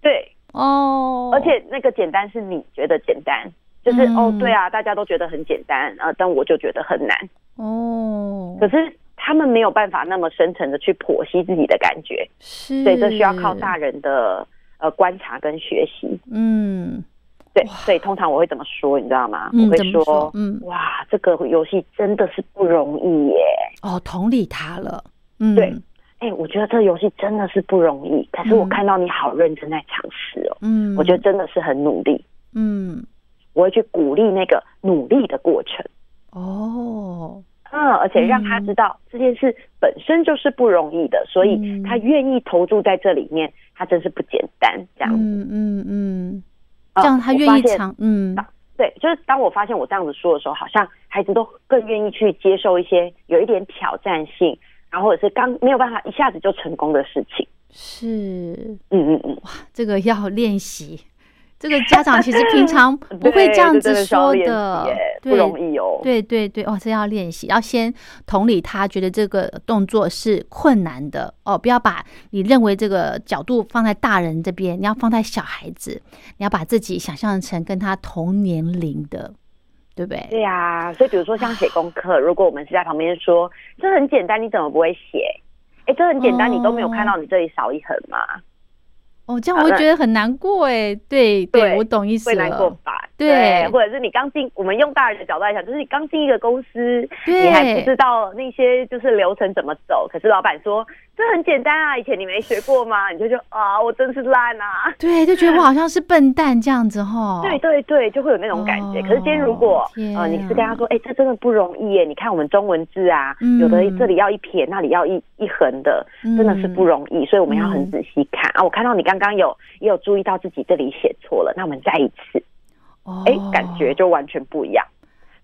S3: 对，
S2: 哦，
S3: 而且那个简单是你觉得简单，就是、
S2: 嗯
S3: 哦，对啊，大家都觉得很简单，呃，但我就觉得很难。
S2: 哦，
S3: 可是他们没有办法那么深层的去剖析自己的感觉，
S2: 是，
S3: 所以这需要靠大人的呃观察跟学习。
S2: 嗯，
S3: 对，所以通常我会怎么说，你知道吗？
S2: 嗯
S3: 我会
S2: 怎么说嗯
S3: 哇，这个游戏真的是不容易耶。
S2: 哦，同理他了，嗯，
S3: 对哎、我觉得这个游戏真的是不容易，可是我看到你好认真在尝试哦，
S2: 嗯，
S3: 我觉得，真的是很努力。
S2: 嗯，
S3: 我会去鼓励那个努力的过程，
S2: 哦，
S3: 嗯，而且让他知道这件事本身就是不容易的，所
S2: 嗯
S3: 以他愿意投注在这里面，他真是不简单。这样，
S2: 嗯嗯嗯，
S3: 呃
S2: 这样他愿意。
S3: 我发现啊
S2: 尝，嗯
S3: 对，就是当我发现我这样子说的时候，好像孩子都更愿意去接受一些有一点挑战性，然后或者是刚没有办法一下子就成功的事情。
S2: 是
S3: 嗯嗯嗯，
S2: 这个要练习。这个家长其实平
S3: (laughs)
S2: 常不会
S3: 对
S2: 这样子
S3: 真是要
S2: 说
S3: 练习
S2: 的
S3: 耶，
S2: 对
S3: 不容易哦。
S2: 对对对，哦，这要练习，要先同理他，觉得这个动作是困难的哦，不要把你认为这个角度放在大人这边，你要放在小孩子，你要把自己想象成跟他同年龄的，对不对？
S3: 对呀、所以比如说像写功课，如果我们是在旁边说这很简单，你怎么不会写？哎，这很简单，
S2: 哦
S3: 你都没有看到你这里少一横吗？
S2: 哦，这样我会觉得很难过哎，对对，
S3: 对
S2: 我懂意思
S3: 会难过
S2: 了，
S3: 吧？
S2: 啊对
S3: 或者是你刚进，我们用大人的角度来讲，就是你刚进一个公司，
S2: 对
S3: 你还不知道那些就是流程怎么走，可是老板说这很简单啊，以前你没学过吗？你就觉得啊，我真是烂啊。
S2: 对，就觉得我好像是笨蛋这样子哈，
S3: (laughs) 对对对，就会有那种感觉。
S2: 哦
S3: 可是今天如果
S2: 天啊
S3: 呃你是跟他说，哎、这真的不容易耶，你看我们中文字啊，
S2: 嗯嗯
S3: 有的这里要一撇，那里要一一横的，真的是不容易，所以我们要很仔细看、啊。我看到你刚刚有也有注意到自己这里写错了，那我们再一次，
S2: 哦，
S3: 哎、感觉就完全不一样。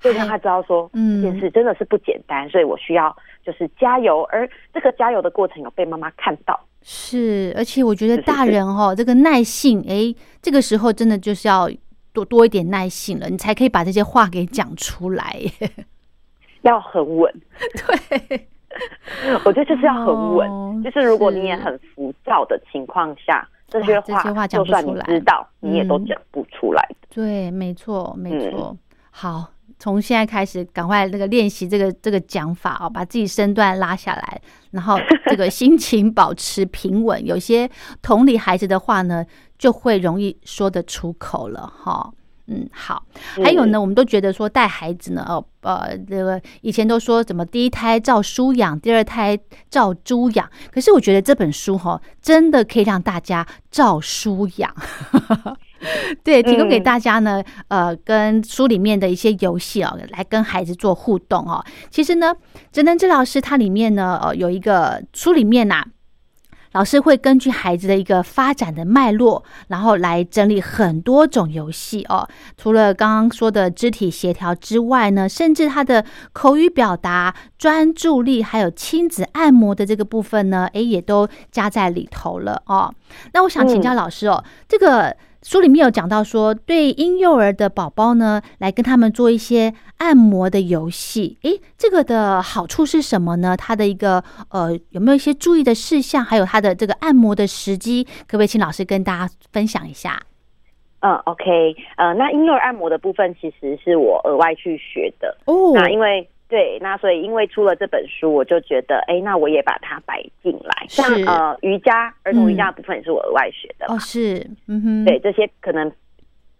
S3: 就让他知道说，
S2: 嗯
S3: 这件事真的是不简单，所以我需要就是加油，而这个加油的过程有被妈妈看到，
S2: 是，而且我觉得
S3: 是是
S2: 大
S3: 是
S2: 人哦，这个耐性，诶，这个时候真的就是要多多一点耐性了，你才可以把这些话给讲出来。 (laughs)
S3: 要很稳，
S2: 对，
S3: 我觉得就是要很稳，
S2: 哦
S3: 就是如果你也
S2: 是
S3: 很浮躁的情况下，这些
S2: 哇这
S3: 话
S2: 些话讲
S3: 就
S2: 不
S3: 算
S2: 出
S3: 你
S2: 来
S3: 知道，你也都
S2: 嗯
S3: 讲不出来的。
S2: 对，没错，没
S3: 嗯
S2: 错。好，从现在开始，赶快那个练习这个这个讲法哦，把自己身段拉下来，然后这个心情保持平稳。有些同理孩子的话呢，就会容易说得出口了哈。嗯，好。还有呢，我们都觉得说带孩子呢，哦，呃，这个以前都说怎么第一胎照书养，第二胎照猪养。可是我觉得这本书哈、真的可以让大家照书养。 (laughs) 对，提供给
S3: 嗯
S2: 大家呢，呃，跟书里面的一些游戏哦，来跟孩子做互动哦。其实呢，职能治疗师它里面呢，呃，有一个书里面呐、老师会根据孩子的一个发展的脉络，然后来整理很多种游戏哦。除了刚刚说的肢体协调之外呢，甚至他的口语表达、专注力，还有亲子按摩的这个部分呢，诶，也都加在里头了哦。那我想请教老师哦，这个书里面有讲到说，对婴幼儿的宝宝呢，来跟他们做一些按摩的游戏，诶，这个的好处是什么呢？它的一个呃，有没有一些注意的事项，还有它的这个按摩的时机，可不可以请老师跟大家分享一下？
S3: 嗯，OK，呃，那婴幼儿按摩的部分其实是我额外去学的。
S2: 哦
S3: 那因为对，那所以因为出了这本书，我就觉得，哎，那我也把它摆进来。像
S2: 是嗯
S3: 呃瑜伽，儿童瑜伽的部分也是我额外学的嘛。
S2: 哦，是，嗯哼，
S3: 对，这些可能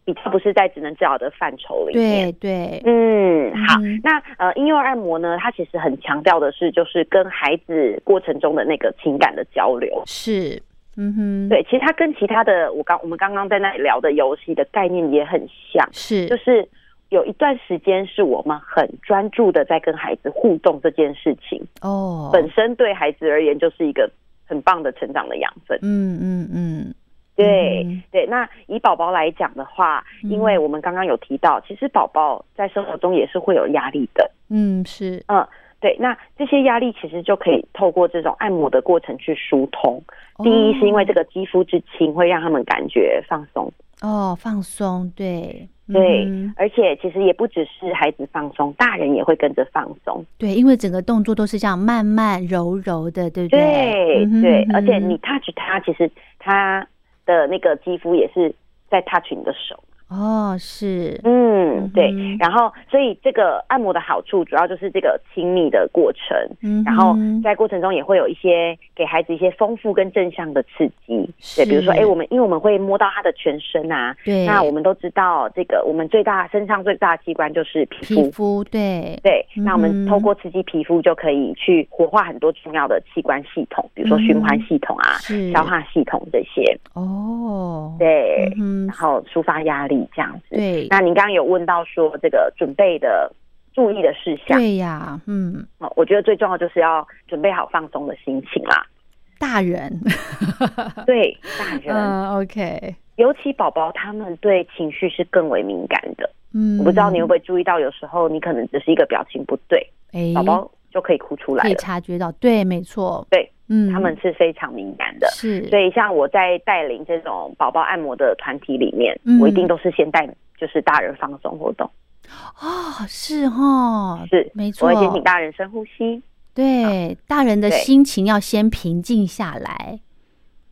S3: 比较不是在职能治疗的范畴里面。
S2: 对对，
S3: 嗯，好
S2: 嗯，
S3: 那呃，婴幼儿按摩呢，它其实很强调的是，就是跟孩子过程中的那个情感的交流。
S2: 是，嗯哼，，
S3: 对，其实它跟其他的我刚我们刚刚在那里聊的游戏的概念也很像，
S2: 是，
S3: 就是有一段时间是我们很专注的在跟孩子互动这件事情，
S2: 哦，
S3: 本身对孩子而言就是一个很棒的成长的养分。
S2: 嗯嗯嗯，
S3: 对
S2: 嗯
S3: 对，那以宝宝来讲的话，因为我们刚刚有提到，其实宝宝在生活中也是会有压力的。
S2: 嗯是，
S3: 嗯，对，那这些压力其实就可以透过这种按摩的过程去疏通。
S2: 哦
S3: 第一是因为这
S2: 个
S3: 个肌肤之亲会让他们感觉放松，
S2: 哦放松，对
S3: 对，
S2: 嗯哼
S3: 而且其实也不只是孩子放松，大人也会跟着放松。
S2: 对，因为整个动作都是这样慢慢柔柔的，对不
S3: 对
S2: 对嗯
S3: 对
S2: 哼，
S3: 而且你
S2: 嗯
S3: touch 它，其实它的那个肌肤也是在 touch 你的手。
S2: 哦是，
S3: 嗯，对
S2: 嗯哼。
S3: 然后，所以这个按摩的好处主要就是这个亲密的过程，
S2: 嗯哼，
S3: 然后在过程中也会有一些给孩子一些丰富跟正向的刺激，
S2: 是
S3: 对，比如说，哎，我们因为我们会摸到他的全身啊，
S2: 对，
S3: 那我们都知道这个我们最大身上最大的器官就是皮
S2: 皮
S3: 肤，
S2: 肤对，
S3: 对，
S2: 嗯哼
S3: 那我们透过刺激皮肤就可以去活化很多重要的器官系统，比
S2: 嗯
S3: 如说循环系统啊、
S2: 是
S3: 消化系统这些，
S2: 哦，
S3: 对，
S2: 嗯
S3: 然
S2: 哼
S3: 后抒发压力这样子。
S2: 对
S3: 那您刚刚有问到说这个准备的注意的事项。
S2: 对呀，嗯，
S3: 哦，我觉得最重要就是要准备好放松的心情
S2: (laughs)
S3: 啦。
S2: 大人，
S3: 对大人，
S2: 嗯，OK，
S3: 尤其宝宝他们对情绪是更为敏感的。
S2: 嗯，
S3: 我不知道你会不会注意到，有时候你可能只是一个表情不对，
S2: 哎，
S3: 宝宝就可以哭出来
S2: 可以
S3: 了。
S2: 察觉到，对，没错，
S3: 对，
S2: 嗯，
S3: 他们是非常敏感的。
S2: 是，
S3: 所以，像我在带领这种宝宝按摩的团体里面，
S2: 嗯
S3: 我一定都是先带就是大人放松活动，
S2: 哦，是哦，
S3: 是
S2: 没错
S3: 我会先请大人深呼吸，
S2: 对，大人的
S3: 对
S2: 心情要先平静下来。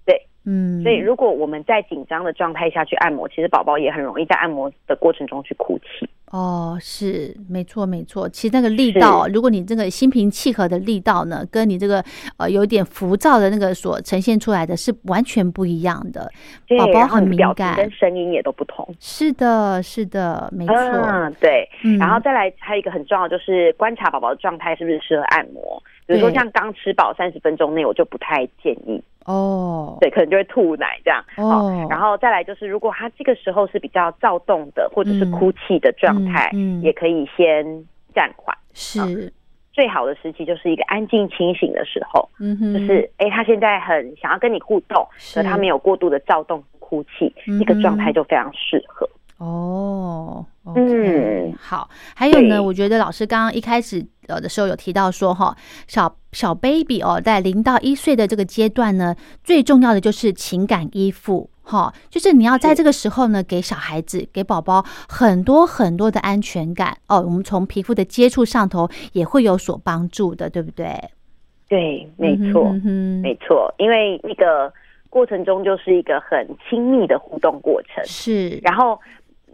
S3: 对，
S2: 嗯，
S3: 所以，如果我们在紧张的状态下去按摩，其实宝宝也很容易在按摩的过程中去哭泣。
S2: 哦，是没错没错。其实那个力道，如果你这个心平气和的力道呢，跟你这个呃有点浮躁的那个所呈现出来的是完全不一样的。
S3: 对
S2: 宝宝
S3: 然后
S2: 很
S3: 你的
S2: 敏
S3: 表情
S2: 感
S3: 跟声音也都不同。
S2: 是的，是的，没错。
S3: 嗯，对。
S2: 嗯
S3: 然后再来，还有一个很重要就是观察宝宝的状态是不是适合按摩。比如说
S2: 对
S3: 像刚吃饱三十分钟内，我就不太建议，
S2: 哦，
S3: 对，可能就会吐奶这样。
S2: 哦
S3: 然后再来就是，如果他这个时候是比较躁动的，或者是
S2: 嗯
S3: 哭泣的状态，
S2: 嗯嗯
S3: 也可以先暂缓。
S2: 是，
S3: 最好的时期就是一个安静清醒的时候，
S2: 嗯哼，
S3: 就是哎，诶他现在很想要跟你互动，
S2: 是
S3: 可他没有过度的躁动哭泣，
S2: 嗯
S3: 这个状态就非常适合。
S2: 哦，OK，
S3: 嗯
S2: 好。还有
S3: 对
S2: 呢，我觉得老师刚刚一开始呃的时候有提到说哈，小小 baby 哦，在零到一岁的这个阶段呢，最重要的就是情感依附。哈，就是你要在
S3: 是
S2: 这个时候呢，给小孩子、给宝宝很多很多的安全感哦。我们从皮肤的接触上头也会有所帮助的，对不对？
S3: 对，没错。
S2: 嗯哼嗯哼
S3: 没错，因为那个过程中就是一个很亲密的互动过程，
S2: 是。
S3: 然后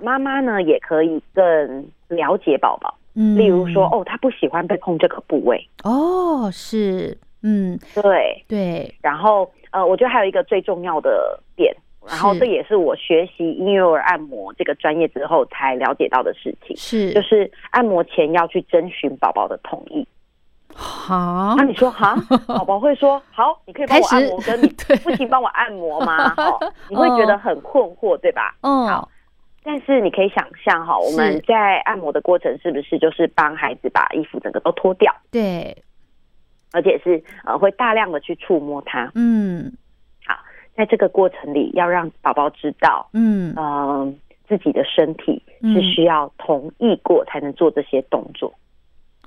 S3: 妈妈呢也可以更了解宝宝，
S2: 嗯
S3: 例如说、，哦，他不喜欢被碰这个部位，
S2: 哦，是，嗯，
S3: 对，
S2: 对，
S3: 然后呃，我觉得还有一个最重要的点。然后
S2: 是
S3: 这也是我学习婴幼儿按摩这个专业之后才了解到的事情，
S2: 是，
S3: 就是按摩前要去征询宝宝的同意。
S2: 好
S3: 那、，你
S2: (laughs)
S3: 说哈，宝宝会说好，你可以帮我按摩，
S2: 哦开始
S3: 跟你
S2: 对
S3: 不行帮我按
S2: (laughs)
S3: 摩吗？哦，你会觉得很困惑，对吧？
S2: 哦，
S3: 但是你可以想象哈，我
S2: 是
S3: 们在按摩的过程是不是就是帮孩子把衣服整个都脱掉，
S2: 对，
S3: 而且是呃会大量的去触摸它，
S2: 嗯
S3: 在这个过程里要让宝宝知道，
S2: 嗯，
S3: 嗯、自己的身体是需要同意过才能做这些动作，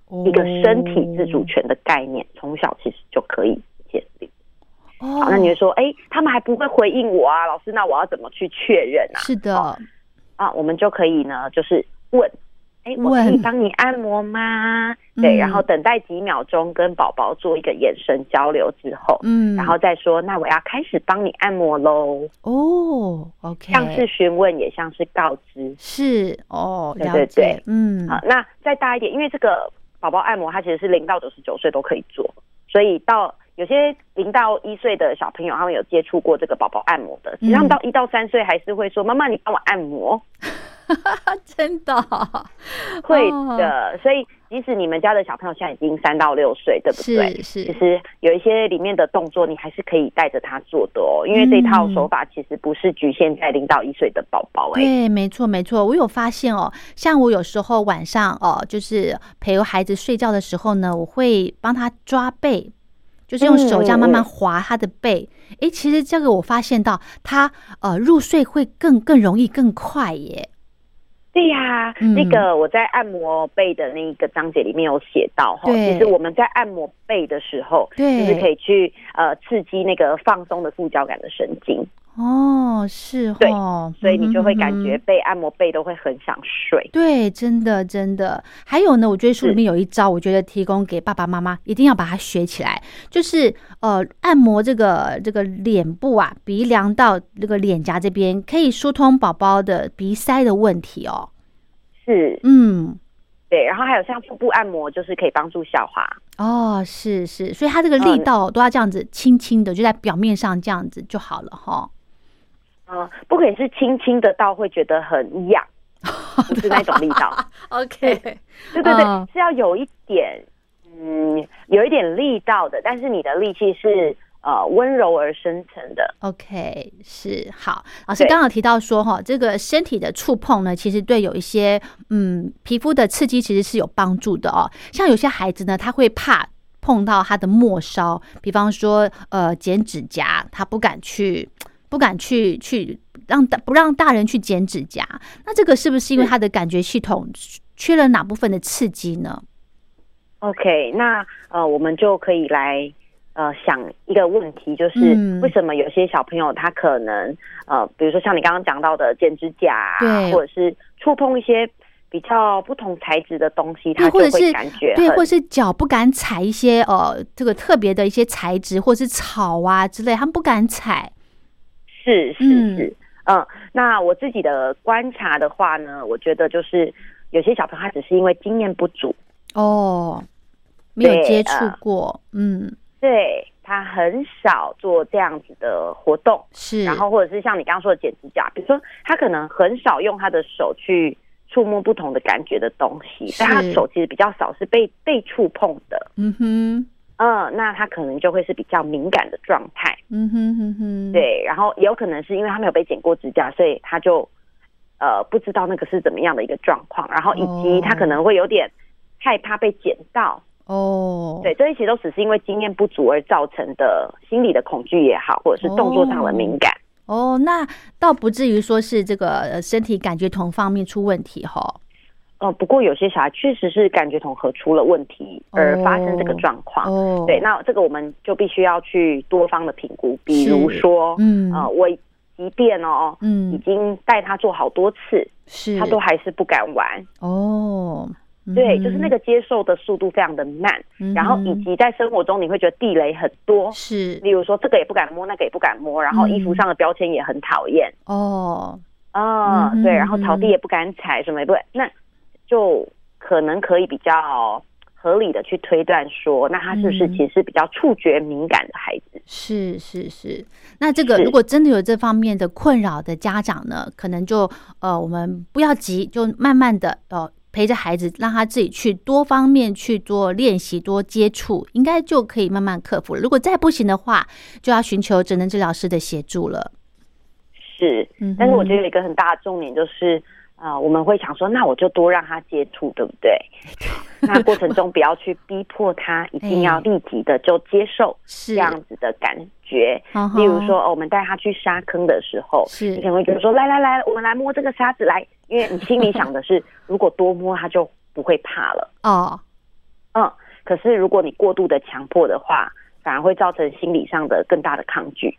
S2: 哦
S3: 一个身体自主权的概念，从小其实就可以建立。
S2: 哦。
S3: 好，那你就说，哎、他们还不会回应我啊，老师，那我要怎么去确认啊？
S2: 是的，
S3: 啊，我们就可以呢，就是问，哎、我可以
S2: 问
S3: 帮你按摩吗？
S2: 嗯
S3: 对，然后等待几秒钟，跟宝宝做一个眼神交流之后，
S2: 嗯，
S3: 然后再说，那我要开始帮你按摩喽，
S2: 哦，OK，
S3: 像是询问，也像是告知
S2: 是哦，
S3: 对
S2: 了
S3: 对
S2: 解
S3: 对
S2: 嗯，
S3: 啊。那再大一点，因为这个宝宝按摩，它其实是零到九十九岁都可以做，所以到。有些零到一岁的小朋友，他们有接触过这个宝宝按摩的，实际上
S2: 嗯哦
S3: 到一到三岁还是会说：“妈妈，你帮我按摩。”
S2: 真的
S3: 会的，所以即使你们家的小朋友现在已经三到六岁，对不对？
S2: 是
S3: 其
S2: 是，
S3: 实有一些里面的动作，你还是可以带着他做的哦，因为这套
S2: 嗯
S3: 手法其实不是局限在零到一岁的宝宝哎、
S2: 对，没错没错，我有发现哦，像我有时候晚上哦，就是陪孩子睡觉的时候呢，我会帮他抓背。就是用手这样慢慢
S3: 嗯嗯嗯
S2: 划他的背，诶，其实这个我发现到他呃入睡会更更容易更快耶，
S3: 对呀、
S2: 嗯
S3: 那个我在按摩背的那个章节里面有写到哈，
S2: 对
S3: 其实我们在按摩背的时候，
S2: 对
S3: 就是可以去呃刺激那个放松的副交感的神经，
S2: 哦，是
S3: 对
S2: 哦，
S3: 所以你就会感
S2: 嗯
S3: 觉
S2: 哼哼
S3: 被按摩背都会很想睡。
S2: 对，真的真的。还有呢，我觉得书里
S3: 是
S2: 面有一招，我觉得提供给爸爸妈妈一定要把它学起来，就是呃，按摩这个这个脸部啊，鼻梁到这个脸颊这边，可以疏通宝宝的鼻塞的问题哦。
S3: 是，
S2: 嗯，
S3: 对，然后还有像腹部按摩，就是可以帮助消化。
S2: 哦，是是，所以它这个力
S3: 嗯
S2: 道都要这样子，轻轻的，就在表面上这样子就好了哈。
S3: 嗯，不可以是轻轻的到会觉得很
S2: (laughs)
S3: 痒，不是那种力道。
S2: OK，
S3: 对对对，
S2: 嗯
S3: 是要有一点，嗯，有一点力道的，但是你的力气是呃温柔而深层的。
S2: OK，是好。老师
S3: 对
S2: 刚好提到说，哈，这个身体的触碰呢，其实对有一些嗯皮肤的刺激其实是有帮助的哦。像有些孩子呢，他会怕碰到他的末梢，比方说呃剪指甲，他不敢去，不敢去去让大不让大人去剪指甲。那这个是不是因为
S3: 是
S2: 他的感觉系统缺了哪部分的刺激呢？
S3: OK，那呃，我们就可以来呃想一个问题，就是、
S2: 嗯
S3: 为什么有些小朋友他可能呃，比如说像你刚刚讲到的剪指甲啊，
S2: 对
S3: 或者是触碰一些比较不同材质的东西，
S2: 对，
S3: 他就
S2: 或者是
S3: 会感觉
S2: 对，
S3: 很
S2: 或者是脚不敢踩一些呃这个特别的一些材质，或者是草啊之类，他们不敢踩。
S3: 是
S2: 嗯
S3: 是是，嗯、那我自己的观察的话呢，我觉得就是有些小朋友他只是因为经验不足，
S2: 哦，没有
S3: 对
S2: 接触
S3: 呃
S2: 过，嗯，
S3: 对他很少做这样子的活动。
S2: 是，
S3: 然后或者是像你刚刚说的剪指甲，比如说他可能很少用他的手去触摸不同的感觉的东西，但他
S2: 是
S3: 手其实比较少是被被触碰的，
S2: 嗯哼，
S3: 嗯，那他可能就会是比较敏感的状态，
S2: 嗯哼哼哼，，
S3: 对，然后也有可能是因为他没有被剪过指甲，所以他就呃不知道那个是怎么样的一个状况，然后以及他可能会有点害怕被剪到，
S2: 哦，
S3: 对，这一些都只是因为经验不足而造成的心理的恐惧也好，或者是动作上的敏感。
S2: 哦，那倒不至于说是这个呃身体感觉同方面出问题哈。哦
S3: 呃，不过有些小孩确实是感觉统合出了问题而发生这个状况。
S2: 哦，
S3: 啊对，，那这个我们就必须要去多方的评估，比如说，
S2: 嗯，
S3: 呃，我即便哦，已
S2: 嗯，
S3: 经带他做好多次，
S2: 是，
S3: 他都还是不敢玩。
S2: 哦，嗯
S3: 对，就是那
S2: 哼，
S3: 个接受的速度非常的慢，
S2: 嗯
S3: 然后
S2: 哼
S3: 以及在生活中你会觉得地雷很多。
S2: 是
S3: 例如说，这个也不敢摸，那个也不敢摸，然后衣
S2: 嗯
S3: 服上的标签也很讨厌，
S2: 哦，
S3: 啊、
S2: 嗯哼
S3: 对，然后草
S2: 嗯
S3: 地也不敢踩，什么也不敢，那就可能可以比较合理的去推断说，那他是不是
S2: 嗯
S3: 其实是比较触觉敏感的孩子？
S2: 是是是，那这个
S3: 是
S2: 如果真的有这方面的困扰的家长呢，可能就呃，我们不要急，就慢慢的呃陪着孩子，让他自己去多方面去做练习、多接触，应该就可以慢慢克服了。如果再不行的话，就要寻求职能治疗师的协助了。
S3: 是，
S2: 嗯哼，
S3: 但是我觉得有一个很大的重点就是，啊、我们会想说，那我就多让他接触，对不对？那过程中不要去逼迫他，一定要
S2: 哎
S3: 立即的就接受
S2: 是
S3: 这样子的感觉。
S2: 嗯哼
S3: 例如说，哦我们带他去沙坑的时候，
S2: 是
S3: 你可能会觉得说，来来来，我们来摸这个沙子来，因为你心里想的
S2: (laughs)
S3: 是，如果多摸他就不会怕了，
S2: 哦，
S3: 嗯。可是如果你过度的强迫的话，反而会造成心理上的更大的抗拒，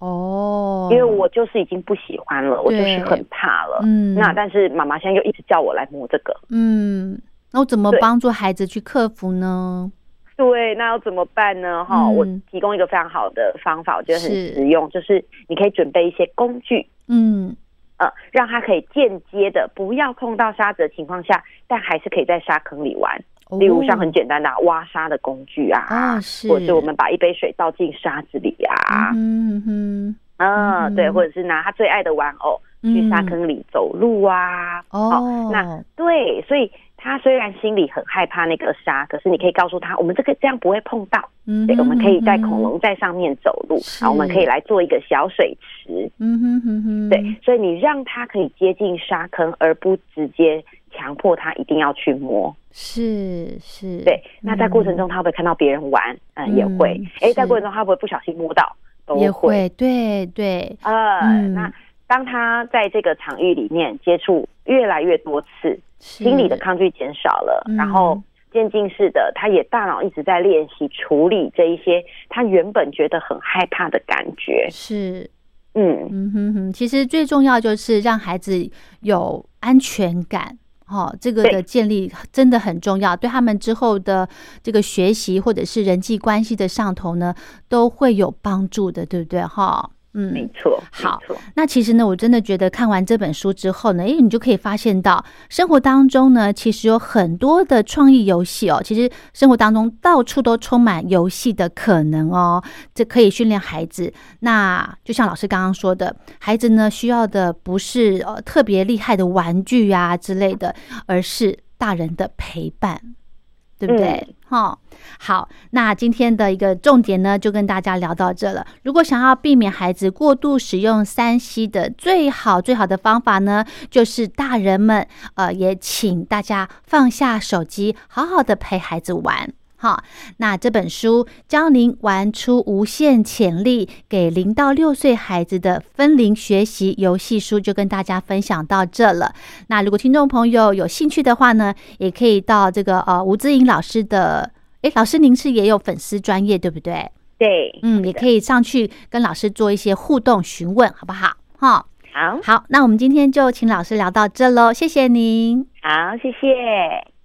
S2: 哦，
S3: 因为我就是已经不喜欢了，我就是
S2: 对
S3: 很怕了。
S2: 嗯
S3: 那但是妈妈现在又一直叫我来摸这个，
S2: 嗯，那我怎么
S3: 对
S2: 帮助孩子去克服呢？
S3: 对，那要怎么办呢？哈、
S2: 嗯
S3: 我提供一个非常好的方法，我觉得很
S2: 是
S3: 实用，就是你可以准备一些工具，
S2: 嗯，
S3: 呃，让他可以间接的不要碰到沙子的情况下，但还是可以在沙坑里玩。
S2: 哦
S3: 例如像很简单的啊、挖沙的工具啊，
S2: 哦是，
S3: 或者是我们把一杯水倒进沙子里啊，
S2: 嗯哼嗯
S3: 嗯，
S2: 嗯
S3: 对，或者是拿他最爱的玩偶
S2: 哼
S3: 去沙
S2: 嗯
S3: 坑里走路啊。
S2: 哦，
S3: 那对，所以他虽然心里很害怕那个沙，可是你可以告诉他，我们这个这样不会碰到，
S2: 嗯
S3: 对，
S2: 哼
S3: 我们可以在恐，
S2: 嗯哼
S3: 龙在上面走路，
S2: 是
S3: 然后我们可以来做一个小水池，
S2: 嗯哼哼哼，
S3: 对，所以你让他可以接近沙坑，而不直接强迫他一定要去摸。
S2: 嗯是是，
S3: 对，那在过程中他会不会看到别人玩？嗯，也会。哎，
S2: 嗯是
S3: 在过程中他会不会不小心摸到？都
S2: 嗯也会，对对，
S3: 呃，
S2: 嗯
S3: 那当他在这个场域里面接触越来越多次，心理的
S2: 是
S3: 抗拒减少了，
S2: 嗯
S3: 然后渐进式的，他也大脑一直在练习处理这一些他原本觉得很害怕的感觉。
S2: 是，
S3: 嗯，
S2: 嗯哼哼，其实最重要就是让孩子有安全感。哦，这个
S3: 对
S2: 的建立真的很重要，对他们之后的这个学习或者是人际关系的上头呢，都会有帮助的，对不对？哈，嗯，
S3: 没错，
S2: 好
S3: 没错
S2: 那其实呢，我真的觉得看完这本书之后呢，诶，你就可以发现到生活当中呢，其实有很多的创意游戏哦。其实生活当中到处都充满游戏的可能哦，这可以训练孩子。那就像老师刚刚说的，孩子呢需要的不是呃特别厉害的玩具啊之类的，而是大人的陪伴。对不对？哈、好，那今天的一个重点呢，就跟大家聊到这了。如果想要避免孩子过度使用三 C 的最好最好的方法呢，就是大人们呃，也请大家放下手机，好好的陪孩子玩。哈，那这本书教您玩出无限潜力，给零到六岁孩子的分龄学习游戏书，就跟大家分享到这了。那如果听众朋友有兴趣的话呢，也可以到这个呃吴志颖老师的，诶，老师您是也有粉丝专业对不对？
S3: 对，
S2: 嗯，也可以上去跟老师做一些互动询问，好不好？哈、
S3: 好
S2: 好，那我们今天就请老师聊到这喽，谢谢您。
S3: 好，谢谢。